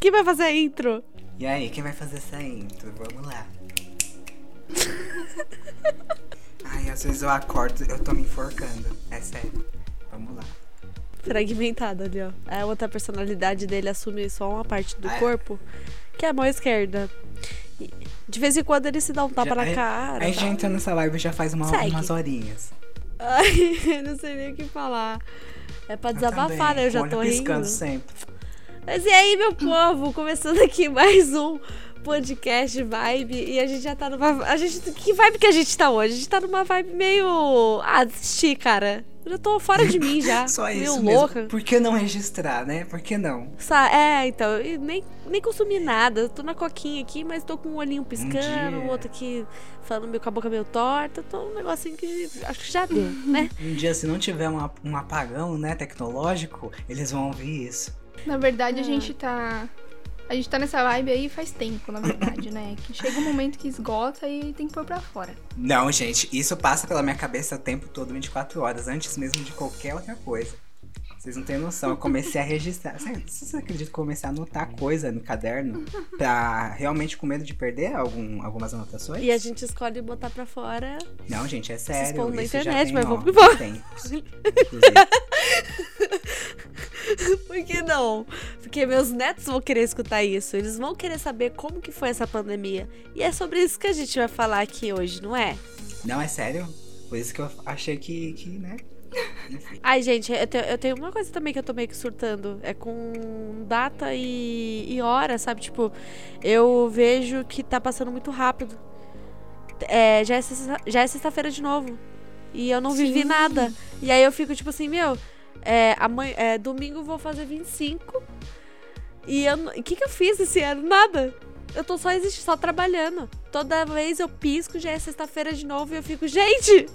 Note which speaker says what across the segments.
Speaker 1: Quem vai fazer a intro?
Speaker 2: E aí, quem vai fazer essa intro? Vamos lá. Ai, às vezes eu acordo, eu tô me enforcando. É sério. Vamos lá.
Speaker 1: Fragmentada ali, ó. A outra personalidade dele assume só uma parte do
Speaker 2: Ah, é.
Speaker 1: corpo, que é a mão esquerda. E de vez em quando ele se dá um tapa
Speaker 2: Já-
Speaker 1: na
Speaker 2: aí-
Speaker 1: cara.
Speaker 2: Aí a
Speaker 1: tal.
Speaker 2: gente entra nessa live já faz uma-
Speaker 1: Segue. Tá
Speaker 2: umas horinhas.
Speaker 1: Ai, eu não sei nem o que falar. É pra
Speaker 2: Eu
Speaker 1: desabafar,
Speaker 2: também,
Speaker 1: né? Eu já
Speaker 2: olho
Speaker 1: tô
Speaker 2: piscando
Speaker 1: rindo.
Speaker 2: sempre.
Speaker 1: Mas e aí, meu povo? Começando aqui mais um podcast vibe. E a gente já tá numa. A gente... Que vibe que a gente tá hoje? A gente tá numa vibe meio. Ah, desisti, cara. Eu já tô fora de mim já.
Speaker 2: Só
Speaker 1: Tá meio
Speaker 2: isso mesmo.
Speaker 1: louca.
Speaker 2: Por que não registrar, né? Por que não?
Speaker 1: Sa- É, então, e nem, nem consumi nada. Eu Tô na coquinha aqui, mas tô com um olhinho piscando,
Speaker 2: dia.
Speaker 1: o outro aqui falando meio com a boca meio torta. Tô um negocinho que acho que já deu, né?
Speaker 2: Um dia, se não tiver uma- um apagão, né, tecnológico, eles vão ouvir isso.
Speaker 3: Na
Speaker 1: Ah.
Speaker 3: verdade, a gente tá. A gente tá nessa vibe aí faz tempo, na verdade, né? Que chega um momento que esgota e tem que pôr pra fora.
Speaker 2: Não, gente, isso passa pela minha cabeça o tempo todo, 24 horas, antes mesmo de qualquer outra coisa. Vocês não têm noção, eu comecei a registrar. Sabe, Vocês acreditam que eu comecei a anotar coisa no caderno? Pra realmente com medo de perder algum- algumas anotações?
Speaker 1: E a gente escolhe botar pra fora.
Speaker 2: Não, gente, é
Speaker 1: expõe
Speaker 2: sério.
Speaker 1: na
Speaker 2: Isso já
Speaker 1: internet,
Speaker 2: tem,
Speaker 1: mas
Speaker 2: ó,
Speaker 1: vamos que vamos.
Speaker 2: tempos. Inclusive,
Speaker 1: Por que não? Porque meus netos vão querer escutar isso. Eles vão querer saber como que foi essa pandemia. E é sobre isso que a gente vai falar aqui hoje, não é?
Speaker 2: Não, é sério. Por isso que eu achei que, que né?
Speaker 1: Ai, gente, eu tenho, eu tenho uma coisa também que eu tô meio que surtando. É com data e, e hora, sabe? Tipo, eu vejo que tá passando muito rápido. É, já é sexta- já é sexta-feira de novo. E eu não vivi
Speaker 3: Sim.
Speaker 1: nada. E aí eu fico tipo assim, meu, é, amanhã, é, domingo eu vou fazer 25. E eu não- o que, que eu fiz esse ano? Nada. Eu tô só existindo, só trabalhando. Toda vez eu pisco, já é sexta-feira de novo e eu fico, gente,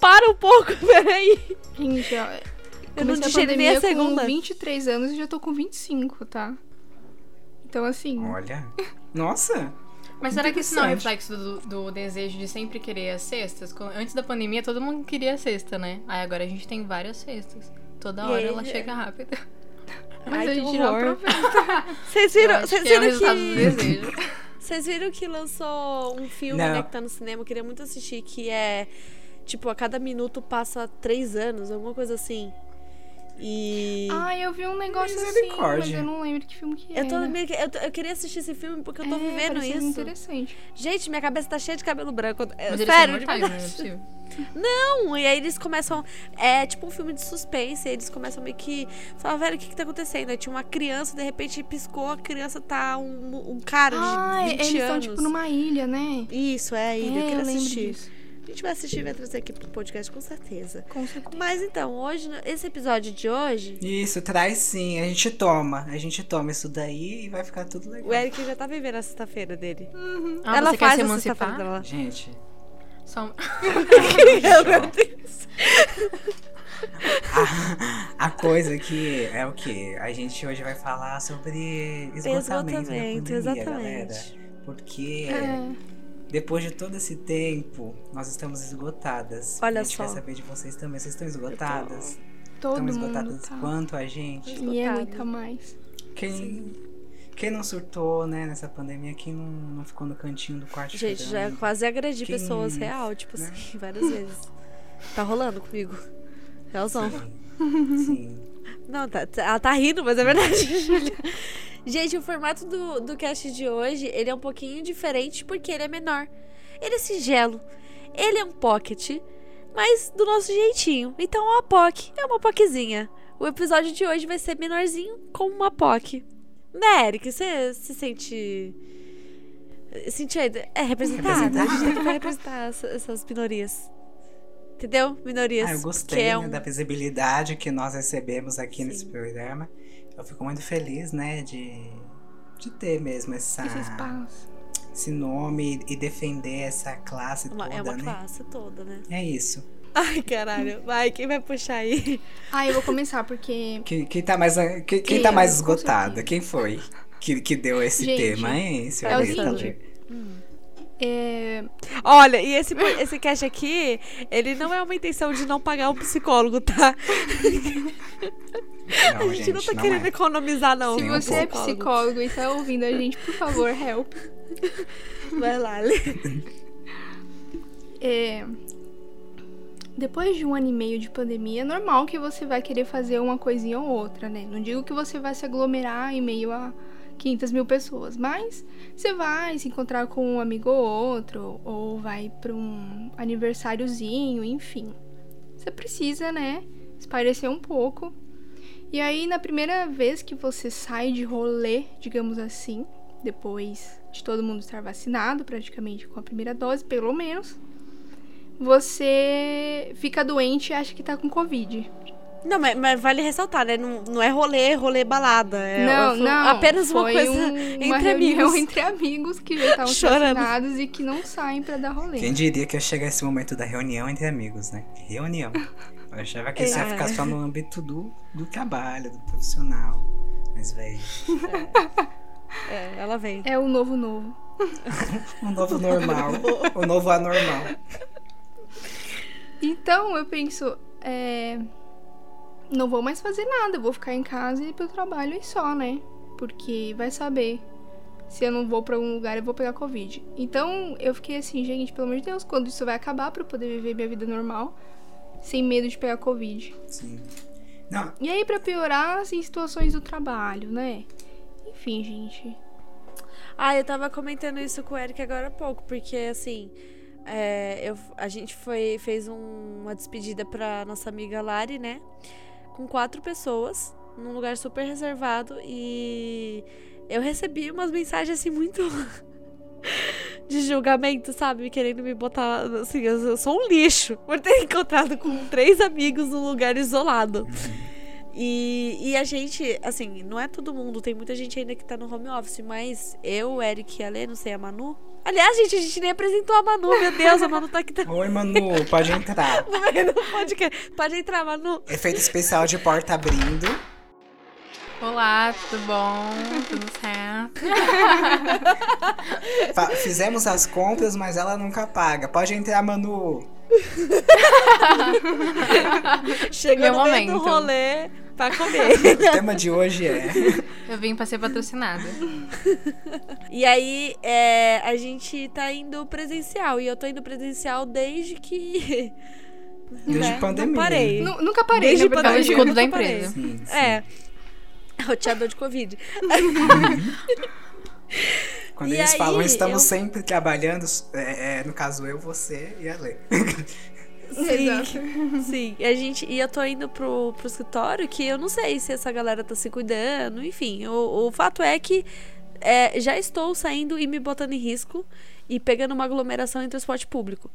Speaker 1: para um pouco, peraí.
Speaker 3: Gente, ó.
Speaker 1: Eu não
Speaker 3: comecei
Speaker 1: digeri nem a
Speaker 3: pandemia
Speaker 1: segunda.
Speaker 3: com 23 anos e já tô com 25, tá? Então, assim.
Speaker 2: Olha. Nossa!
Speaker 4: Mas será que isso não é
Speaker 2: Interessante.
Speaker 4: reflexo do, do desejo de sempre querer as cestas? Quando- Antes da pandemia, todo mundo queria a cesta, né? Aí agora a gente tem várias cestas. Toda
Speaker 1: E
Speaker 4: hora
Speaker 1: aí,
Speaker 4: ela
Speaker 1: é.
Speaker 4: chega rápida.
Speaker 1: Ai,
Speaker 3: Mas a
Speaker 1: que
Speaker 3: gente não
Speaker 1: horror.
Speaker 3: aproveita.
Speaker 1: Vocês
Speaker 4: Eu
Speaker 1: viram,
Speaker 4: acho
Speaker 1: vocês
Speaker 4: que é o
Speaker 1: viram
Speaker 4: resultado do
Speaker 1: que.
Speaker 4: desejo.
Speaker 1: Vocês viram que lançou um filme
Speaker 2: Não.
Speaker 1: né, que tá no cinema, eu queria muito assistir, que é. Tipo, a cada minuto passa três anos, alguma coisa assim. E.
Speaker 3: Ai, eu vi um negócio assim, mas
Speaker 2: Misericórdia.
Speaker 3: eu não lembro que filme que
Speaker 1: eu, tô,
Speaker 3: era.
Speaker 1: meio que- eu, tô- eu queria assistir esse filme porque eu tô
Speaker 3: É,
Speaker 1: vivendo
Speaker 3: parecia
Speaker 1: isso.
Speaker 3: interessante.
Speaker 1: Gente, minha cabeça tá cheia de cabelo branco. eu-
Speaker 4: Mas eles são
Speaker 1: Sério, tipo,
Speaker 4: bons demais, né? não é possível.
Speaker 1: Não, um. e aí eles começam. É tipo um filme de suspense. e Eles começam meio que. Falar, velho, o que que tá acontecendo? Aí tinha uma criança, de repente piscou, a criança tá um, um cara
Speaker 3: Ai,
Speaker 1: de 20
Speaker 3: eles
Speaker 1: anos.
Speaker 3: estão, tipo, numa ilha, né?
Speaker 1: Isso, é,
Speaker 3: É,
Speaker 1: ele eu
Speaker 3: eu
Speaker 1: queria
Speaker 3: lembro
Speaker 1: assistir.
Speaker 3: disso.
Speaker 1: A gente vai assistir e vai trazer aqui pro podcast com certeza.
Speaker 3: Com certeza.
Speaker 1: Mas então, hoje, esse episódio de hoje,
Speaker 2: Isso, traz sim. A gente toma. A gente toma isso daí e vai ficar tudo legal.
Speaker 1: o Eric já tá vivendo a sexta-feira dele.
Speaker 4: Ah,
Speaker 1: Ela
Speaker 4: você
Speaker 1: faz tá
Speaker 4: quer se
Speaker 1: a sexta-feira
Speaker 4: emancipar?
Speaker 1: dela.
Speaker 2: Gente.
Speaker 4: Só... um-
Speaker 1: Meu Deus.
Speaker 2: A, a coisa que é o que? A gente hoje vai falar sobre esgotamento, da
Speaker 1: Esgotamento,
Speaker 2: pandemia,
Speaker 1: exatamente.
Speaker 2: galera. Porque
Speaker 3: É,
Speaker 2: depois de todo esse tempo, nós estamos esgotadas.
Speaker 1: Olha
Speaker 2: a gente
Speaker 1: só.
Speaker 2: quer saber de vocês também. Vocês estão esgotadas?
Speaker 3: todo
Speaker 2: estão
Speaker 3: mundo
Speaker 2: esgotadas
Speaker 3: tá.
Speaker 2: quanto a gente?
Speaker 3: Ninguém
Speaker 1: Esgotado.
Speaker 3: aguenta mais.
Speaker 2: Quem, quem não surtou, né, nessa pandemia? Quem não, não ficou no cantinho do quarto
Speaker 1: Gente, já é
Speaker 2: chorando?
Speaker 1: quase agredi
Speaker 2: né? Que
Speaker 1: pessoas
Speaker 2: isso,
Speaker 1: real, tipo
Speaker 2: né?
Speaker 1: assim, várias vezes. Tá rolando comigo. Realzão.
Speaker 2: Sim.
Speaker 1: Não, tá, tá- ela tá rindo, mas é verdade, Júlia. Gente, o formato do, do cast de hoje, ele é um pouquinho diferente porque ele é menor. Ele é singelo. Ele é um pocket, mas do nosso jeitinho. Então, uma POC é uma POCzinha. O episódio de hoje vai ser menorzinho com uma POC. Né, Eric? Você se sente... Sentiu ainda? É representada. A gente tem que representar essa- essas minorias. Entendeu? Minorias.
Speaker 2: Ah, eu
Speaker 1: porque
Speaker 2: gostei
Speaker 1: é
Speaker 2: né,
Speaker 1: um-
Speaker 2: da visibilidade que nós recebemos aqui
Speaker 1: Sim.
Speaker 2: nesse programa. Eu fico muito feliz, né, de, de ter mesmo essa,
Speaker 1: Ah.
Speaker 3: Esse espaço.
Speaker 2: esse nome e defender essa classe
Speaker 1: uma-
Speaker 2: toda,
Speaker 1: é uma
Speaker 2: né?
Speaker 1: classe toda, né?
Speaker 2: É isso.
Speaker 1: Ai, caralho. Vai, quem vai puxar aí?
Speaker 3: Ah, eu vou começar, porque
Speaker 2: Quem, quem tá mais, quem, quem
Speaker 3: Eu,
Speaker 2: tá mais
Speaker 3: com
Speaker 2: esgotada?
Speaker 3: certeza.
Speaker 2: Quem foi que, que deu esse
Speaker 3: Gente,
Speaker 2: tema, hein, seu
Speaker 1: é o
Speaker 2: orientador?
Speaker 3: seguinte. é,
Speaker 1: Olha, e esse, po- esse cast aqui, ele não é uma intenção de não pagar um psicólogo, tá?
Speaker 2: Não,
Speaker 1: a gente, não tá
Speaker 2: não
Speaker 1: querendo
Speaker 2: é.
Speaker 1: economizar, não.
Speaker 3: Se
Speaker 2: Nem um
Speaker 3: você é
Speaker 1: pouco.
Speaker 3: psicólogo e tá ouvindo a gente, por favor, help.
Speaker 1: Vai lá, Lê.
Speaker 3: É, Depois de um ano e meio de pandemia, é normal que você vai querer fazer uma coisinha ou outra, né? Não digo que você vai se aglomerar em meio a 500 mil pessoas, mas você vai se encontrar com um amigo ou outro, ou vai pra um aniversáriozinho, enfim. Você precisa, né? Espairecer um pouco. E aí, na primeira vez que você sai de rolê, digamos assim, depois de todo mundo estar vacinado, praticamente com a primeira dose, pelo menos, você fica doente e acha que tá com Covid.
Speaker 1: Não, mas, mas vale ressaltar, né? Não, não é rolê, é rolê balada. É,
Speaker 3: não,
Speaker 1: foi
Speaker 3: não.
Speaker 1: Apenas uma
Speaker 3: foi
Speaker 1: coisa
Speaker 3: um- uma
Speaker 1: entre
Speaker 3: reunião
Speaker 1: amigos.
Speaker 3: entre amigos que já estavam
Speaker 1: Chorando.
Speaker 3: vacinados e que não saem pra dar rolê.
Speaker 2: Quem diria que ia chegar esse momento da reunião entre amigos, né? Reunião. Eu achava que isso ia
Speaker 1: É.
Speaker 2: ficar só no âmbito do, do trabalho, do profissional. Mas, velho,
Speaker 1: É, ela vem.
Speaker 3: É o novo novo.
Speaker 2: o novo normal, o novo anormal.
Speaker 3: Então eu penso, é, não vou mais fazer nada, vou ficar em casa e ir pro trabalho e só, né? Porque vai saber. Se eu não vou pra algum lugar, eu vou pegar Covid. Então eu fiquei assim, gente, pelo amor de Deus, quando isso vai acabar pra eu poder viver minha vida normal, sem medo de pegar Covid.
Speaker 2: Sim. Não,
Speaker 3: E aí, pra piorar, assim, situações do trabalho, né? Enfim, gente.
Speaker 1: Ah, eu tava comentando isso com o Eric agora há pouco, porque assim, é, eu, a gente foi, fez um- uma despedida pra nossa amiga Lari, né? Com quatro pessoas, num lugar super reservado, e eu recebi umas mensagens assim muito. De julgamento, sabe? Querendo me botar. Assim, eu eu sou um lixo por ter encontrado com três amigos num lugar isolado. E, e a gente, assim, não é todo mundo, tem muita gente ainda que tá no home office, mas eu, o Eric e a Lê, não sei, a Manu. Aliás, gente, a gente nem apresentou a Manu, meu Deus, a Manu tá aqui também
Speaker 2: oi, Manu, pode entrar.
Speaker 1: no meio do podcast. Pode entrar, Manu.
Speaker 2: Efeito especial de porta abrindo.
Speaker 4: Olá, tudo bom? Tudo certo?
Speaker 2: Fa- fizemos as compras, mas ela nunca paga. Pode entrar, Manu.
Speaker 1: Chegou
Speaker 4: Meu
Speaker 1: no meio do
Speaker 4: momento.
Speaker 1: rolê pra comer.
Speaker 2: O tema de hoje é.
Speaker 4: Eu vim pra ser patrocinada.
Speaker 1: e aí, é, a gente tá indo presencial, e eu tô indo presencial desde que...
Speaker 2: Desde
Speaker 1: né,
Speaker 2: pandemia.
Speaker 1: Não parei.
Speaker 3: Nu- nunca parei,
Speaker 1: Desde
Speaker 3: na verdade.
Speaker 4: É
Speaker 1: pandemia,
Speaker 4: o escudo da
Speaker 1: nunca parei.
Speaker 4: empresa.
Speaker 2: Sim, sim.
Speaker 1: É. Roteador de Covid.
Speaker 2: Quando
Speaker 1: E
Speaker 2: eles
Speaker 1: aí,
Speaker 2: falam, estamos
Speaker 1: eu-
Speaker 2: sempre trabalhando, é, é, no caso eu, você e a Lê.
Speaker 1: Sim, sim. E, a gente, e eu tô indo pro, pro escritório que eu não sei se essa galera tá se cuidando, enfim. O, o fato é que é, já estou saindo e me botando em risco e pegando uma aglomeração em transporte público.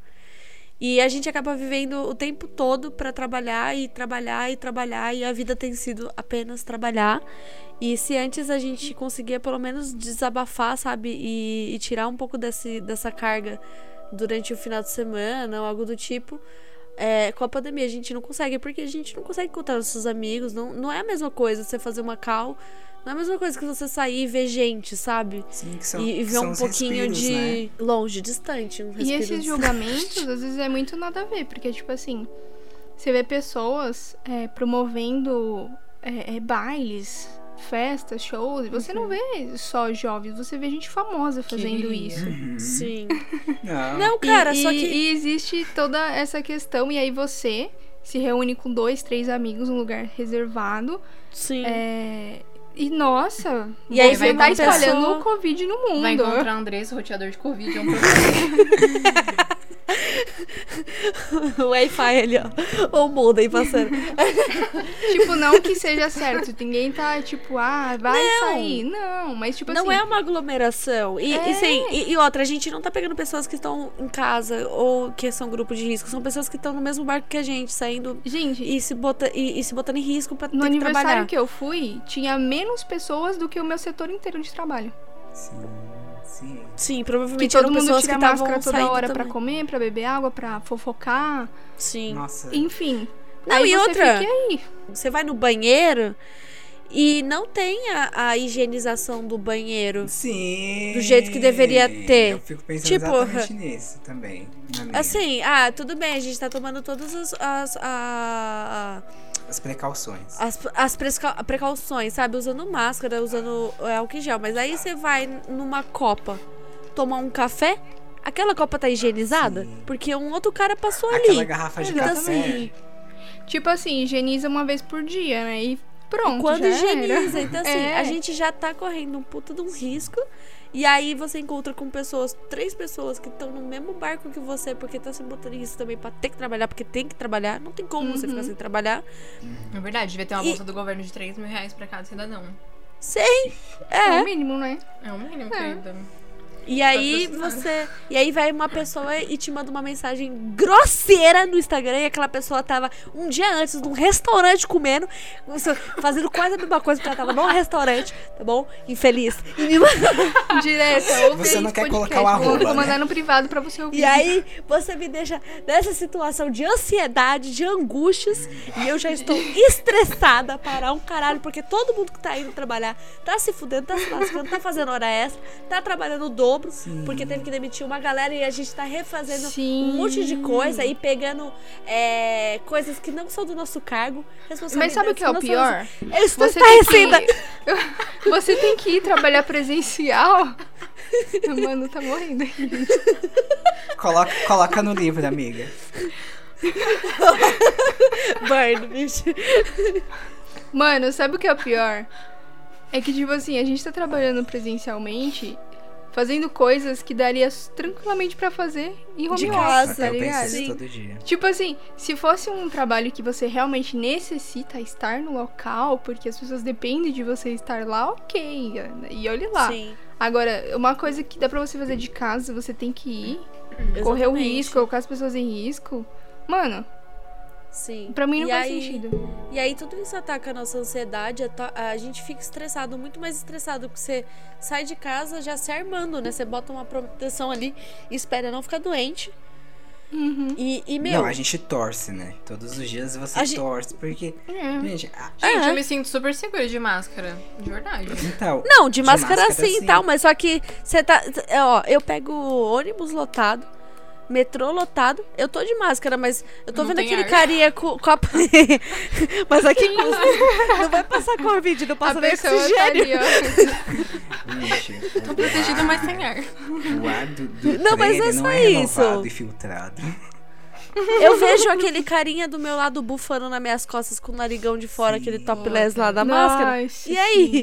Speaker 1: E a gente acaba vivendo o tempo todo pra trabalhar e trabalhar e trabalhar, e a vida tem sido apenas trabalhar. E se antes a gente conseguia pelo menos desabafar, sabe, e, e tirar um pouco desse, dessa carga durante o final de semana ou algo do tipo, é, com a pandemia a gente não consegue, porque a gente não consegue encontrar os seus amigos, não, não é a mesma coisa você fazer uma call, não é a mesma coisa que você sair e ver gente, sabe?
Speaker 2: Sim, que são,
Speaker 1: e, e
Speaker 2: que
Speaker 1: ver
Speaker 2: são
Speaker 1: um
Speaker 2: os
Speaker 1: pouquinho
Speaker 2: respiros,
Speaker 1: de
Speaker 2: né?
Speaker 1: longe, distante, um
Speaker 3: E
Speaker 1: respiro
Speaker 3: esses
Speaker 1: distante.
Speaker 3: julgamentos, às vezes, é muito nada a ver, porque, tipo assim, você vê pessoas é, promovendo é, é, bailes, festas, shows,
Speaker 1: Uhum.
Speaker 3: e você não vê só jovens, você vê gente famosa fazendo
Speaker 4: diria?
Speaker 3: isso.
Speaker 2: Uhum.
Speaker 1: Sim.
Speaker 2: Não.
Speaker 1: Não, cara,
Speaker 3: e,
Speaker 1: só
Speaker 3: e-
Speaker 1: que.
Speaker 3: e existe toda essa questão, e aí você se reúne com dois, três amigos num lugar reservado.
Speaker 1: Sim.
Speaker 3: é, E nossa,
Speaker 1: E aí
Speaker 3: você tá
Speaker 4: vai uma pessoa-
Speaker 3: espalhando o Covid no mundo.
Speaker 4: Vai encontrar o Andrés, o roteador de Covid, é um problema.
Speaker 1: o Wi-Fi ali, ó. Ou muda aí passando.
Speaker 3: Tipo, não que seja certo. Ninguém tá, tipo, ah, vai sair. Não, mas tipo
Speaker 1: não
Speaker 3: assim. É.
Speaker 1: é uma aglomeração. E, e sim, e, e outra, a gente não tá pegando pessoas que estão em casa ou que são grupo de risco. São pessoas que estão no mesmo barco que a gente, saindo
Speaker 3: Gente,
Speaker 1: e se, bota, e, e se botando em risco pra
Speaker 3: no
Speaker 1: ter um que
Speaker 3: aniversário
Speaker 1: trabalhar.
Speaker 3: que eu fui, tinha menos pessoas do que o meu setor inteiro de trabalho.
Speaker 2: Sim, sim.
Speaker 1: Sim,
Speaker 3: Que
Speaker 1: provavelmente
Speaker 3: todo
Speaker 1: eram
Speaker 3: mundo
Speaker 1: pessoas
Speaker 3: tira
Speaker 1: que
Speaker 3: máscara
Speaker 1: estavam
Speaker 3: toda
Speaker 1: saindo
Speaker 3: hora pra
Speaker 1: também.
Speaker 3: comer, pra beber água, pra fofocar.
Speaker 1: Sim.
Speaker 2: Nossa.
Speaker 3: Enfim.
Speaker 1: Não,
Speaker 3: aí
Speaker 1: e
Speaker 3: você
Speaker 1: outra?
Speaker 3: Fica aí.
Speaker 1: Você vai no banheiro e não tem a, a higienização do banheiro.
Speaker 2: Sim.
Speaker 1: Do jeito que deveria ter.
Speaker 2: Eu fico pensando
Speaker 1: Tipo,
Speaker 2: exatamente nisso também. na minha.
Speaker 1: Assim, ah, tudo bem, a gente tá tomando todas as. as- a- a-
Speaker 2: as precauções.
Speaker 1: As, as presca- precauções, sabe? Usando máscara, usando é, álcool em gel. Mas aí você vai numa copa tomar um café, aquela copa tá higienizada?
Speaker 2: Sim.
Speaker 1: Porque um outro cara passou
Speaker 2: Aquela
Speaker 1: ali. tá assim.
Speaker 2: garrafa de café.
Speaker 3: Exatamente. Tipo assim, higieniza uma vez por dia, né? E pronto.
Speaker 1: Quando
Speaker 3: já era.
Speaker 1: higieniza. Então, assim,
Speaker 3: É.
Speaker 1: a gente já tá correndo um puta de um risco. E aí você encontra com pessoas, três pessoas que estão no mesmo barco que você, porque tá se botando em risco também pra ter que trabalhar, porque tem que trabalhar. Não tem como você
Speaker 3: Uhum.
Speaker 1: ficar sem trabalhar.
Speaker 4: É verdade, devia ter uma
Speaker 1: E-
Speaker 4: bolsa do governo de 3 mil reais pra cada cidadão.
Speaker 1: Sem!
Speaker 3: É
Speaker 1: É.
Speaker 3: o mínimo, né?
Speaker 4: É o mínimo,
Speaker 3: É.
Speaker 4: querida.
Speaker 1: E aí
Speaker 3: Tá
Speaker 4: Patrocinado.
Speaker 1: você. E aí vai uma pessoa e te manda uma mensagem grosseira no Instagram. E aquela pessoa tava um dia antes num restaurante comendo, com seu- fazendo quase a mesma coisa que ela tava num restaurante, tá bom? Infeliz. E, me manda-
Speaker 3: Direto. ouve
Speaker 2: Você
Speaker 3: aí
Speaker 2: não
Speaker 3: esse
Speaker 2: quer
Speaker 3: podcast,
Speaker 2: colocar o
Speaker 3: vou-
Speaker 2: arroba,
Speaker 3: Vou mandar
Speaker 2: né?
Speaker 3: no privado pra você ouvir.
Speaker 1: e aí você me deixa nessa situação de ansiedade, de angústias. E eu já estou estressada para um caralho, porque todo mundo que tá indo trabalhar tá se fudendo, tá se lascando, tá fazendo hora extra, tá trabalhando o dobro, porque teve que demitir uma galera e a gente tá refazendo
Speaker 3: Sim.
Speaker 1: um monte de coisa e pegando é, coisas que não são do nosso cargo,
Speaker 3: Mas
Speaker 1: responsabilidades.
Speaker 3: sabe o que é o
Speaker 1: não são
Speaker 3: pior?
Speaker 1: nossas- Eu estou
Speaker 3: Você tá tem,
Speaker 1: estarrecida.
Speaker 3: que... você tem que ir trabalhar presencial. Mano, tá morrendo.
Speaker 2: Coloca, coloca no livro, amiga.
Speaker 1: Burn, bicho.
Speaker 3: Mano, sabe o que é o pior? É que, tipo assim, a gente tá trabalhando presencialmente, fazendo coisas que daria s- tranquilamente pra fazer em home
Speaker 1: De
Speaker 3: office,
Speaker 1: casa,
Speaker 3: tá
Speaker 2: eu penso
Speaker 3: ligado?
Speaker 2: isso
Speaker 1: Sim.
Speaker 2: todo dia.
Speaker 3: Tipo assim, se fosse um trabalho que você realmente necessita estar no local, porque as pessoas dependem de você estar lá, ok. Ana, E olhe lá.
Speaker 1: Sim.
Speaker 3: Agora, uma coisa que dá pra você fazer de casa, você tem que ir, correr o
Speaker 1: exatamente.
Speaker 3: risco, colocar as pessoas em risco. Mano,
Speaker 1: Sim.
Speaker 3: pra mim não
Speaker 1: E
Speaker 3: faz
Speaker 1: aí-
Speaker 3: sentido.
Speaker 1: E aí tudo isso ataca a nossa ansiedade, ata- a gente fica estressado, muito mais estressado, porque você sai de casa já se armando, né? Você bota uma proteção ali, espera não ficar doente.
Speaker 3: Uhum.
Speaker 1: E, e, meu,
Speaker 2: Não, é a gente torce, né? Todos os dias você
Speaker 1: A gente-
Speaker 2: torce, porque.
Speaker 3: É.
Speaker 2: Gente, a-
Speaker 4: Gente,
Speaker 1: É.
Speaker 4: eu me sinto super segura de máscara. De verdade.
Speaker 2: então.
Speaker 1: Não, de,
Speaker 2: De
Speaker 1: máscara,
Speaker 2: máscara,
Speaker 1: sim e
Speaker 2: sim.
Speaker 1: tal, mas só que você tá. é, Ó, eu pego ônibus lotado, metrô lotado, eu tô de máscara, mas eu tô
Speaker 4: Não
Speaker 1: vendo
Speaker 4: tem
Speaker 1: aquele
Speaker 4: ar.
Speaker 1: carinha com, com a. mas aqui custa. Não vai passar Covid, não passa
Speaker 3: a
Speaker 1: nem
Speaker 3: pessoa tá
Speaker 1: oxigênio.
Speaker 3: ali, ó.
Speaker 2: Gente,
Speaker 4: Tô protegida, mas sem ar.
Speaker 2: O ar do, do
Speaker 1: Não, mas
Speaker 2: trailer
Speaker 1: é
Speaker 2: não
Speaker 1: só
Speaker 2: é renovado
Speaker 1: isso.
Speaker 2: e filtrado.
Speaker 1: Eu vejo aquele carinha do meu lado bufando nas minas costas com o narigão de fora,
Speaker 2: Sim.
Speaker 1: aquele topless lá da máscara,
Speaker 3: Nossa,
Speaker 1: E aí?
Speaker 3: sim.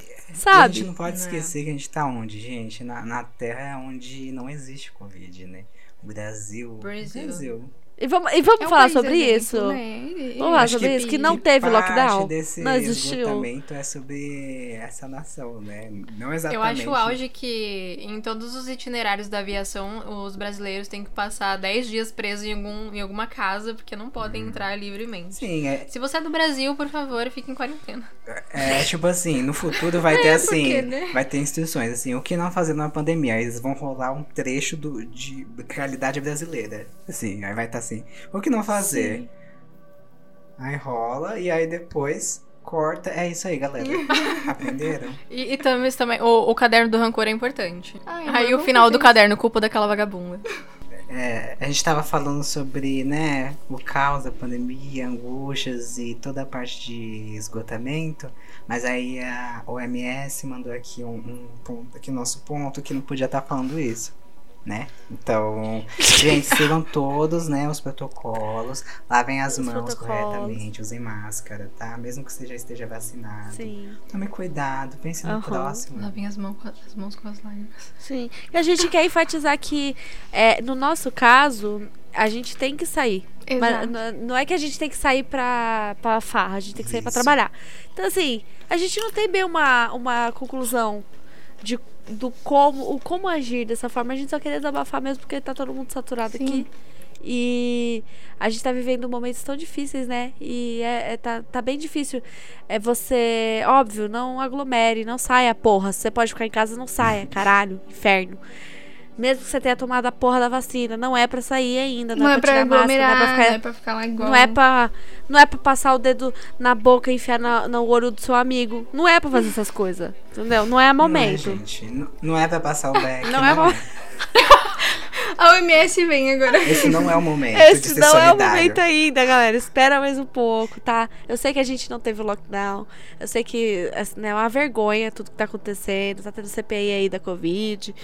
Speaker 2: E a gente
Speaker 1: sabe?
Speaker 2: não pode
Speaker 4: Né.
Speaker 2: esquecer que a gente tá onde, gente? Na, na terra é onde não existe Covid, né? O Brasil.
Speaker 4: Brasil.
Speaker 1: E vamos, e vamos
Speaker 3: É um
Speaker 1: falar
Speaker 3: país
Speaker 1: sobre
Speaker 3: exemplo,
Speaker 1: isso?
Speaker 3: né?
Speaker 1: Vamos lá,
Speaker 2: Acho
Speaker 1: sobre
Speaker 2: que-
Speaker 1: isso, que não
Speaker 2: que
Speaker 1: teve
Speaker 2: parte
Speaker 1: lockdown.
Speaker 2: Desse
Speaker 1: não existiu.
Speaker 2: esgotamento é sobre essa nação, né? Não
Speaker 4: Eu
Speaker 2: exatamente.
Speaker 4: acho o auge que em todos os itinerários da aviação, os brasileiros têm que passar 10 dias presos em, algum, em alguma casa, porque não podem entrar livremente.
Speaker 2: Uhum. Sim, é,
Speaker 4: Se você é do Brasil, por favor, fique em quarentena.
Speaker 2: é tipo assim, no futuro
Speaker 4: É,
Speaker 2: vai
Speaker 1: É,
Speaker 2: ter assim,
Speaker 3: porque, né?
Speaker 2: vai ter instruções assim, o que não fazer numa pandemia, aí eles vão rolar um trecho do, de realidade brasileira, assim, aí vai estar assim, o que não fazer,
Speaker 3: Sim.
Speaker 2: aí rola e aí depois corta, é isso aí galera, aprenderam?
Speaker 4: E, e tam- isso também, o, o caderno do rancor é importante.
Speaker 3: Ai, mas
Speaker 4: Aí o
Speaker 3: vamos
Speaker 4: final do
Speaker 3: fazer
Speaker 4: caderno, culpa daquela vagabunda.
Speaker 2: É, a gente tava falando sobre, né, o caos da pandemia, angústias e toda a parte de esgotamento, mas aí a OMS mandou aqui um, um ponto, aqui o nosso ponto, que não podia estar falando isso, né? Então, gente, sigam todos, né, os protocolos, lavem as
Speaker 1: Os
Speaker 2: mãos
Speaker 1: protocolos.
Speaker 2: corretamente, usem máscara, tá? Mesmo que você já esteja vacinado.
Speaker 1: Sim,
Speaker 2: Tome cuidado, pense no
Speaker 1: Aham.
Speaker 2: próximo.
Speaker 4: Lavem as mãos, com a- as mãos com as lágrimas.
Speaker 1: sim. E a gente quer enfatizar que, é, no nosso caso, a gente tem que sair. Mas
Speaker 3: Exato.
Speaker 1: n- não é que a gente tem que sair pra, pra farra, a gente tem que sair pra
Speaker 2: Isso.
Speaker 1: trabalhar. Então, assim, a gente não tem bem uma, uma conclusão de, do como, o como agir dessa forma. A gente só queria desabafar mesmo porque tá todo mundo saturado
Speaker 3: Sim.
Speaker 1: aqui. E a gente tá vivendo momentos tão difíceis, né? E é, é- tá, tá bem difícil. É você, óbvio, não aglomere, não saia, porra. Se você pode ficar em casa, não saia, caralho, inferno. Mesmo que você tenha tomado a porra da vacina, não é pra sair ainda, não,
Speaker 3: Não é pra
Speaker 1: tirar máscara, não é pra
Speaker 3: aglomerar,
Speaker 1: ficar
Speaker 3: não é pra ficar lá igual.
Speaker 1: não é, pra, não é pra passar o dedo na boca e enfiar na- no olho do seu amigo. Não é pra fazer essas coisas. Entendeu? Não é
Speaker 2: Não é,
Speaker 1: momento.
Speaker 2: gente, não, não é pra passar o back,
Speaker 1: Não é
Speaker 2: não.
Speaker 1: mo-
Speaker 3: A OMS vem agora.
Speaker 2: Esse não é o momento de
Speaker 1: Esse
Speaker 2: ser
Speaker 1: não é o
Speaker 2: solidário.
Speaker 1: momento ainda, galera. Espera mais um pouco, tá? Eu sei que a gente não teve o lockdown. Eu sei que assim, né, é uma vergonha tudo que tá acontecendo. Tá tendo CPI aí da Covid.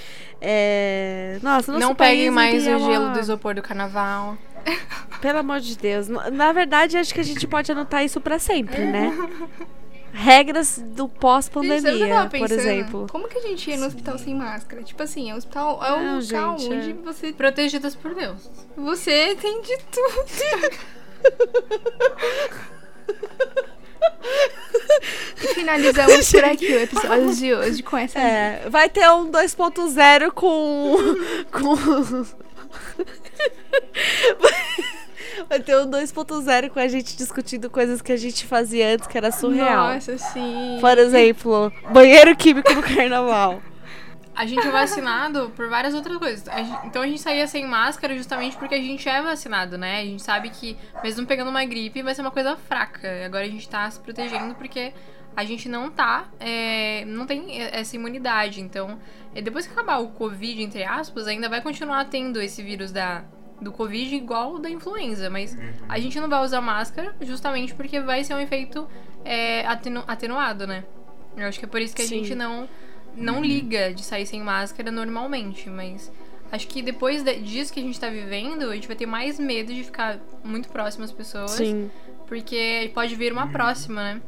Speaker 1: É... Nossa, nosso
Speaker 4: Não
Speaker 1: país
Speaker 4: peguem mais
Speaker 1: ele é
Speaker 4: o gelo
Speaker 1: uma-
Speaker 4: do isopor do carnaval.
Speaker 1: Pelo amor de Deus. Na- Na verdade, acho que a gente pode anotar isso pra sempre, né? Regras do
Speaker 3: Gente, sabe o que eu
Speaker 1: pós-pandemia,
Speaker 3: tava
Speaker 1: por
Speaker 3: pensando?
Speaker 1: exemplo.
Speaker 3: Como que a gente ia no hospital sem máscara? Tipo assim, é um hospital é um
Speaker 1: Não,
Speaker 3: local
Speaker 1: gente, é.
Speaker 3: onde você,
Speaker 4: Protegidas por Deus.
Speaker 3: você tem de tudo. e finalizamos por aqui o episódio de hoje com essa.
Speaker 1: É, vai ter um 2.0 com. com. Vai ter um 2.0 com a gente discutindo coisas que a gente fazia antes, que era surreal.
Speaker 3: Nossa, sim.
Speaker 1: Por exemplo, banheiro químico no carnaval.
Speaker 4: A gente é vacinado por várias outras coisas. A gente- então a gente saía sem máscara justamente porque a gente é vacinado, né? A gente sabe que, mesmo pegando uma gripe, vai ser uma coisa fraca. Agora a gente tá se protegendo porque a gente não tá. é, não tem e- essa imunidade. Então, é, depois que acabar o Covid, entre aspas, ainda vai continuar tendo esse vírus da. Do Covid igual o da influenza, mas a gente não vai usar máscara justamente porque vai ser um efeito é, atenu- atenuado, né? Eu acho que é por isso que a
Speaker 1: Sim.
Speaker 4: gente não não liga de sair sem máscara normalmente, mas acho que depois de- disso que a gente tá vivendo, a gente vai ter mais medo de ficar muito próximo às pessoas, porque pode vir uma próxima, né?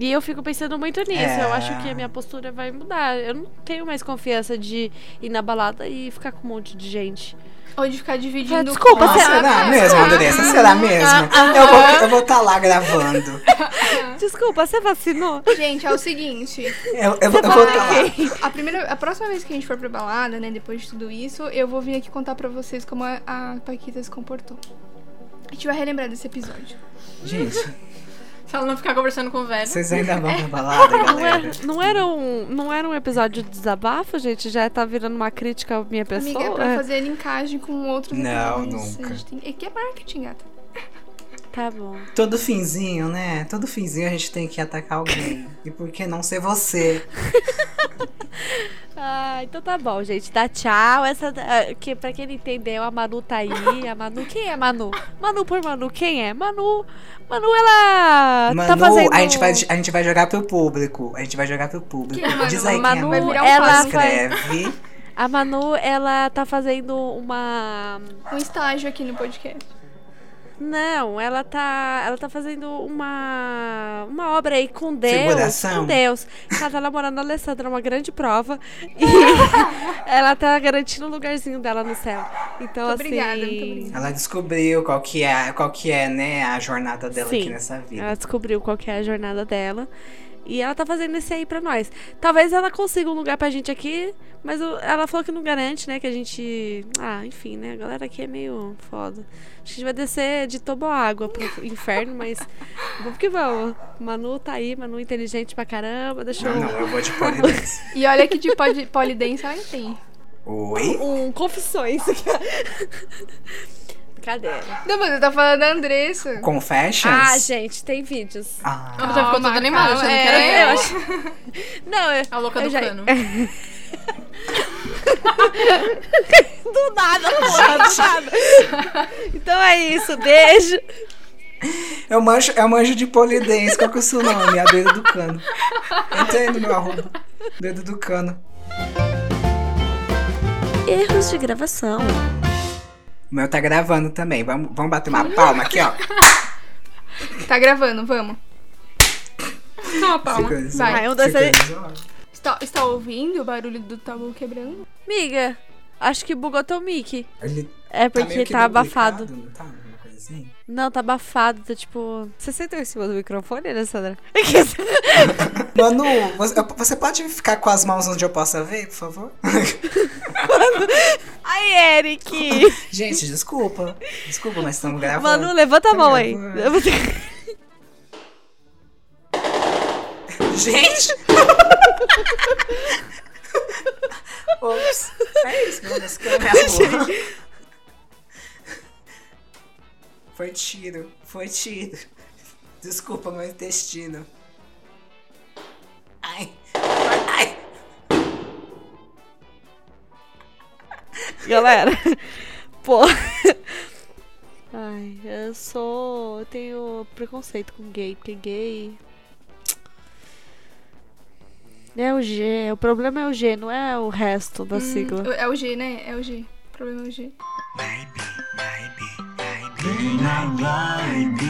Speaker 1: E eu fico pensando muito nisso.
Speaker 2: É.
Speaker 1: Eu acho que a minha postura vai mudar. Eu não tenho mais confiança de ir na balada e ficar com um monte de gente.
Speaker 3: Ou de ficar dividindo.
Speaker 1: Desculpa,
Speaker 3: com-
Speaker 2: Nossa,
Speaker 1: será?
Speaker 2: será mesmo,
Speaker 4: Ah,
Speaker 2: Andressa? Será
Speaker 1: Ah,
Speaker 2: mesmo? Eu vou eu vou estar lá gravando.
Speaker 1: Desculpa, você vacinou?
Speaker 3: Gente, é o seguinte.
Speaker 2: Eu eu vou estar lá.
Speaker 3: A, primeira, a próxima vez que a gente for pra balada, né, depois de tudo isso, eu vou vir aqui contar pra vocês como a, a Paquita se comportou. A gente vai relembrar desse episódio.
Speaker 2: Gente,
Speaker 4: Se ela não ficar conversando com o velho.
Speaker 2: vocês ainda vão pra balada,
Speaker 1: É, Não era,
Speaker 2: galera?
Speaker 1: não, era um, não era um episódio de desabafo, gente? Já tá virando uma crítica à minha pessoa?
Speaker 3: Amiga, é pra fazer linkagem com outros
Speaker 2: Não,
Speaker 3: episódios.
Speaker 2: nunca.
Speaker 3: A gente tem- É que é marketing, gata.
Speaker 1: Tá bom.
Speaker 2: Todo finzinho, né? Todo finzinho a gente tem que atacar alguém. E por que não ser você?
Speaker 1: Ah, então tá bom, gente. Dá tchau. Essa, ah, que, pra quem não entendeu, a Manu tá aí. A Manu, quem é Manu? Manu por Manu, quem é? Manu, Manu, ela
Speaker 2: Manu,
Speaker 1: tá fazendo...
Speaker 2: a, gente vai, a gente vai jogar pro público. A gente vai jogar pro público.
Speaker 3: Quem é Manu?
Speaker 2: Diz aí
Speaker 1: Manu,
Speaker 2: quem é Manu.
Speaker 3: ela faz-
Speaker 2: Escreve.
Speaker 1: A Manu, ela tá fazendo uma...
Speaker 3: Um estágio aqui no podcast.
Speaker 1: Não, ela tá, ela tá fazendo uma uma obra aí com Deus,
Speaker 2: Figuração?
Speaker 1: com Deus. Ela tá namorando a Alessandra, uma grande prova e ela tá garantindo o lugarzinho dela no céu. Então
Speaker 3: Muito
Speaker 1: assim,
Speaker 3: obrigada, muito obrigada.
Speaker 2: Ela descobriu qual que é, qual que é né, a jornada dela
Speaker 1: Sim.
Speaker 2: aqui nessa vida.
Speaker 1: ela descobriu qual que é a jornada dela. E ela tá fazendo esse aí pra nós. Talvez ela consiga um lugar pra gente aqui, mas o- ela falou que não garante, né? Que a gente. Ah, enfim, né? A galera aqui é meio foda. Acho que a gente vai descer de toboágua pro inferno, mas vamos que vamos. Manu tá aí, Manu inteligente pra caramba, deixou
Speaker 2: Não, não, eu vou de polidense.
Speaker 3: E olha que de poli- polidense ela tem.
Speaker 2: Oi?
Speaker 1: um confissões aqui. Cadê?
Speaker 3: Não, mas eu tô falando da Andressa.
Speaker 2: Confessions?
Speaker 1: Ah, gente, tem vídeos.
Speaker 2: Ah,
Speaker 4: Ela ficou toda
Speaker 3: Calma,
Speaker 4: animada, achando
Speaker 3: calma,
Speaker 4: que era
Speaker 1: é,
Speaker 4: eu.
Speaker 1: eu acho- Não, eu,
Speaker 4: um. A louca
Speaker 1: eu
Speaker 4: do
Speaker 1: já-
Speaker 4: cano.
Speaker 1: Do nada, porra, do nada. Então é isso, beijo.
Speaker 2: eu, manjo, eu manjo de polidense. Qual que é o seu nome? A dedo do cano. Entra aí no meu arroba. Dedo do cano.
Speaker 1: Erros de gravação.
Speaker 2: O meu tá gravando também. Vamos, vamos bater uma palma aqui, ó.
Speaker 3: Tá gravando, vamos.
Speaker 4: Toma, palma.
Speaker 2: Sincronizou.
Speaker 1: Vai, um, dois, três.
Speaker 2: Sincronizou.
Speaker 3: Está, está ouvindo o barulho do tabu quebrando?
Speaker 1: Miga, acho que bugou teu mic.
Speaker 2: Ele
Speaker 1: É
Speaker 2: tá
Speaker 1: porque
Speaker 2: meio que
Speaker 1: tá, abafado.
Speaker 2: duplicado, Não tá? Alguma coisa assim?
Speaker 1: Não, tá abafado, tá tipo. Você sentou em cima do microfone, Alessandra?
Speaker 2: Manu, você, você pode ficar com as mãos onde eu possa ver, por favor?
Speaker 1: Ai, Eric!
Speaker 2: Gente, desculpa. Desculpa, mas estamos gravando.
Speaker 1: Manu, levanta a mão aí.
Speaker 2: Gente! Ops. É isso, meu Deus, que eu me arrumo. Foi tiro, foi tiro. Desculpa, meu intestino. Ai, ai.
Speaker 1: galera. Pô. Ai, eu sou. Eu tenho preconceito com gay, porque gay. É o G, o problema é o G, não é o resto da sigla.
Speaker 3: Hum, é o G, né? É o G. O problema é o G.
Speaker 2: Baby, baby, baby, my baby.